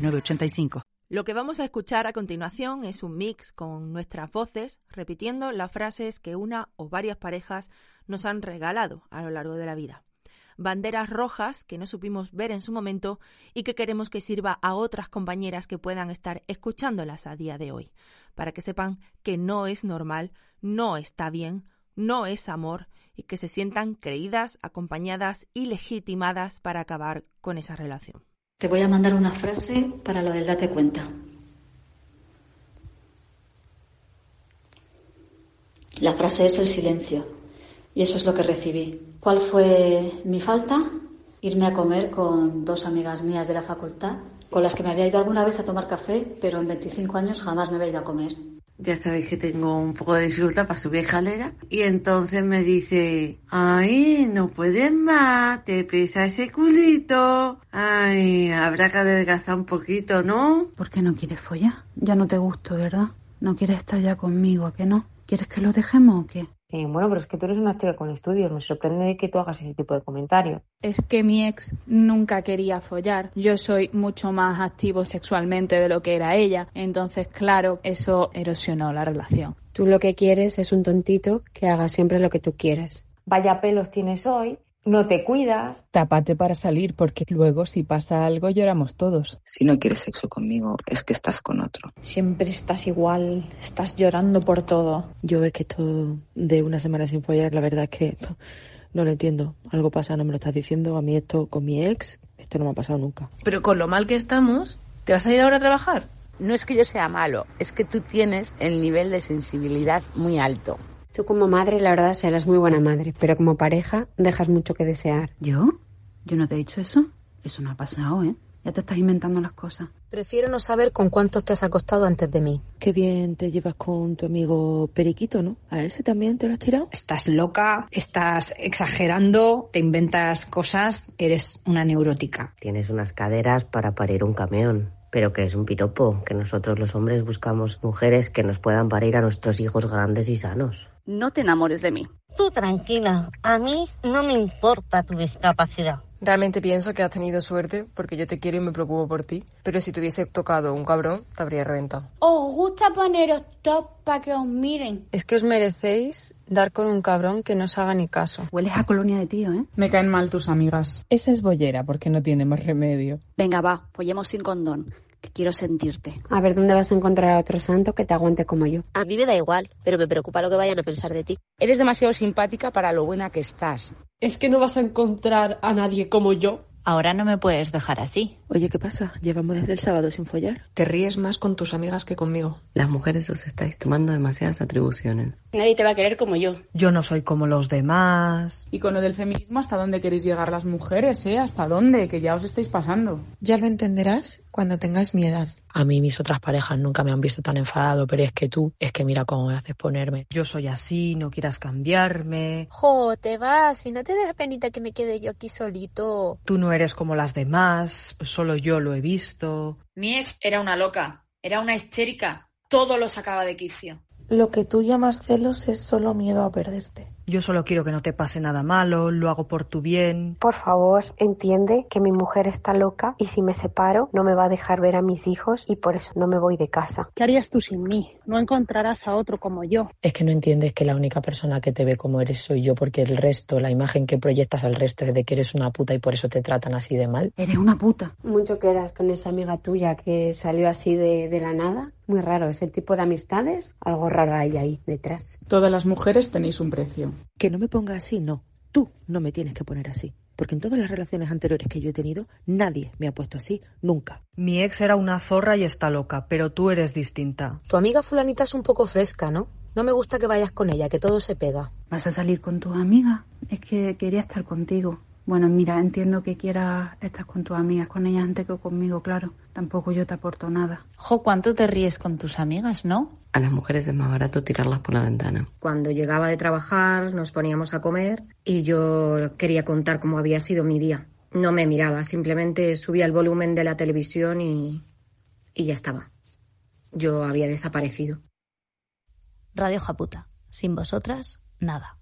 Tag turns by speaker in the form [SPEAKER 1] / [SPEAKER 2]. [SPEAKER 1] 985.
[SPEAKER 2] Lo que vamos a escuchar a continuación es un mix con nuestras voces repitiendo las frases que una o varias parejas nos han regalado a lo largo de la vida. Banderas rojas que no supimos ver en su momento y que queremos que sirva a otras compañeras que puedan estar escuchándolas a día de hoy, para que sepan que no es normal, no está bien, no es amor y que se sientan creídas, acompañadas y legitimadas para acabar con esa relación.
[SPEAKER 3] Te voy a mandar una frase para lo del date cuenta. La frase es el silencio. Y eso es lo que recibí. ¿Cuál fue mi falta? Irme a comer con dos amigas mías de la facultad, con las que me había ido alguna vez a tomar café, pero en 25 años jamás me había ido a comer.
[SPEAKER 4] Ya sabéis que tengo un poco de dificultad para subir escalera. Y entonces me dice, ay, no puedes más, te pesa ese culito. Ay, habrá que adelgazar un poquito, ¿no?
[SPEAKER 5] ¿Por qué no quieres follar? Ya no te gusto, ¿verdad? No quieres estar ya conmigo, ¿a qué no? ¿Quieres que lo dejemos o qué?
[SPEAKER 6] Eh, bueno, pero es que tú eres una chica con estudios, me sorprende que tú hagas ese tipo de comentario.
[SPEAKER 7] Es que mi ex nunca quería follar. Yo soy mucho más activo sexualmente de lo que era ella. Entonces, claro, eso erosionó la relación.
[SPEAKER 8] Tú lo que quieres es un tontito que haga siempre lo que tú quieres.
[SPEAKER 6] Vaya pelos tienes hoy, no te cuidas.
[SPEAKER 9] Tápate para salir porque luego si pasa algo lloramos todos.
[SPEAKER 10] Si no quieres sexo conmigo es que estás con otro.
[SPEAKER 11] Siempre estás igual, estás llorando por todo.
[SPEAKER 12] Yo es que esto de una semana sin follar, la verdad es que no lo entiendo. Algo pasa, no me lo estás diciendo. A mí esto con mi ex, esto no me ha pasado nunca.
[SPEAKER 13] Pero con lo mal que estamos, ¿te vas a ir ahora a trabajar?
[SPEAKER 14] No es que yo sea malo, es que tú tienes el nivel de sensibilidad muy alto.
[SPEAKER 8] Tú como madre, la verdad, serás muy buena madre, pero como pareja dejas mucho que desear.
[SPEAKER 5] ¿Yo? ¿Yo no te he dicho eso? Eso no ha pasado, ¿eh? Ya te estás inventando las cosas.
[SPEAKER 15] Prefiero no saber con cuántos te has acostado antes de mí.
[SPEAKER 12] Qué bien te llevas con tu amigo Periquito, ¿no? ¿A ese también te lo has tirado?
[SPEAKER 16] Estás loca, estás exagerando, te inventas cosas, eres una neurótica.
[SPEAKER 17] Tienes unas caderas para parir un camión pero que es un piropo, que nosotros los hombres buscamos mujeres que nos puedan parir a nuestros hijos grandes y sanos.
[SPEAKER 18] No te enamores de mí.
[SPEAKER 19] Tú tranquila, a mí no me importa tu discapacidad.
[SPEAKER 20] Realmente pienso que has tenido suerte porque yo te quiero y me preocupo por ti, pero si te hubiese tocado un cabrón, te habría reventado.
[SPEAKER 21] Os gusta poneros top para que os miren.
[SPEAKER 22] Es que os merecéis dar con un cabrón que no os haga ni caso.
[SPEAKER 5] Hueles a colonia de tío, ¿eh?
[SPEAKER 20] Me caen mal tus amigas. Esa es bollera porque no tiene más remedio.
[SPEAKER 18] Venga, va, follemos sin condón. Que quiero sentirte.
[SPEAKER 8] A ver dónde vas a encontrar a otro santo que te aguante como yo.
[SPEAKER 23] A mí me da igual, pero me preocupa lo que vayan a pensar de ti.
[SPEAKER 14] Eres demasiado simpática para lo buena que estás.
[SPEAKER 24] Es que no vas a encontrar a nadie como yo.
[SPEAKER 25] Ahora no me puedes dejar así.
[SPEAKER 12] Oye, ¿qué pasa? Llevamos desde el sábado sin follar.
[SPEAKER 26] Te ríes más con tus amigas que conmigo.
[SPEAKER 10] Las mujeres os estáis tomando demasiadas atribuciones.
[SPEAKER 24] Nadie te va a querer como yo.
[SPEAKER 27] Yo no soy como los demás.
[SPEAKER 20] Y con lo del feminismo, ¿hasta dónde queréis llegar las mujeres, eh? ¿Hasta dónde? Que ya os estáis pasando.
[SPEAKER 27] Ya lo entenderás cuando tengas mi edad.
[SPEAKER 28] A mí mis otras parejas nunca me han visto tan enfadado, pero es que tú, es que mira cómo me haces ponerme.
[SPEAKER 27] Yo soy así, no quieras cambiarme.
[SPEAKER 29] Jo, te vas, y no te das penita que me quede yo aquí solito.
[SPEAKER 27] Tú no eres como las demás, solo yo lo he visto.
[SPEAKER 30] Mi ex era una loca, era una histérica, todo lo sacaba de quicio.
[SPEAKER 31] Lo que tú llamas celos es solo miedo a perderte.
[SPEAKER 27] Yo solo quiero que no te pase nada malo, lo hago por tu bien.
[SPEAKER 8] Por favor, entiende que mi mujer está loca y si me separo no me va a dejar ver a mis hijos y por eso no me voy de casa.
[SPEAKER 32] ¿Qué harías tú sin mí? No encontrarás a otro como yo.
[SPEAKER 28] Es que no entiendes que la única persona que te ve como eres soy yo porque el resto, la imagen que proyectas al resto es de que eres una puta y por eso te tratan así de mal.
[SPEAKER 5] Eres una puta.
[SPEAKER 8] Mucho quedas con esa amiga tuya que salió así de, de la nada. Muy raro, ese tipo de amistades, algo raro hay ahí detrás.
[SPEAKER 20] Todas las mujeres tenéis un precio.
[SPEAKER 12] Que no me ponga así, no. Tú no me tienes que poner así. Porque en todas las relaciones anteriores que yo he tenido, nadie me ha puesto así, nunca.
[SPEAKER 27] Mi ex era una zorra y está loca, pero tú eres distinta.
[SPEAKER 29] Tu amiga fulanita es un poco fresca, ¿no? No me gusta que vayas con ella, que todo se pega.
[SPEAKER 5] ¿Vas a salir con tu amiga? Es que quería estar contigo. Bueno, mira, entiendo que quieras estar con tus amigas, con ellas antes que conmigo, claro. Tampoco yo te aporto nada.
[SPEAKER 25] Jo, ¿cuánto te ríes con tus amigas, no?
[SPEAKER 10] A las mujeres es más barato tirarlas por la ventana.
[SPEAKER 1] Cuando llegaba de trabajar, nos poníamos a comer y yo quería contar cómo había sido mi día. No me miraba, simplemente subía el volumen de la televisión y, y ya estaba. Yo había desaparecido.
[SPEAKER 2] Radio Japuta. Sin vosotras, nada.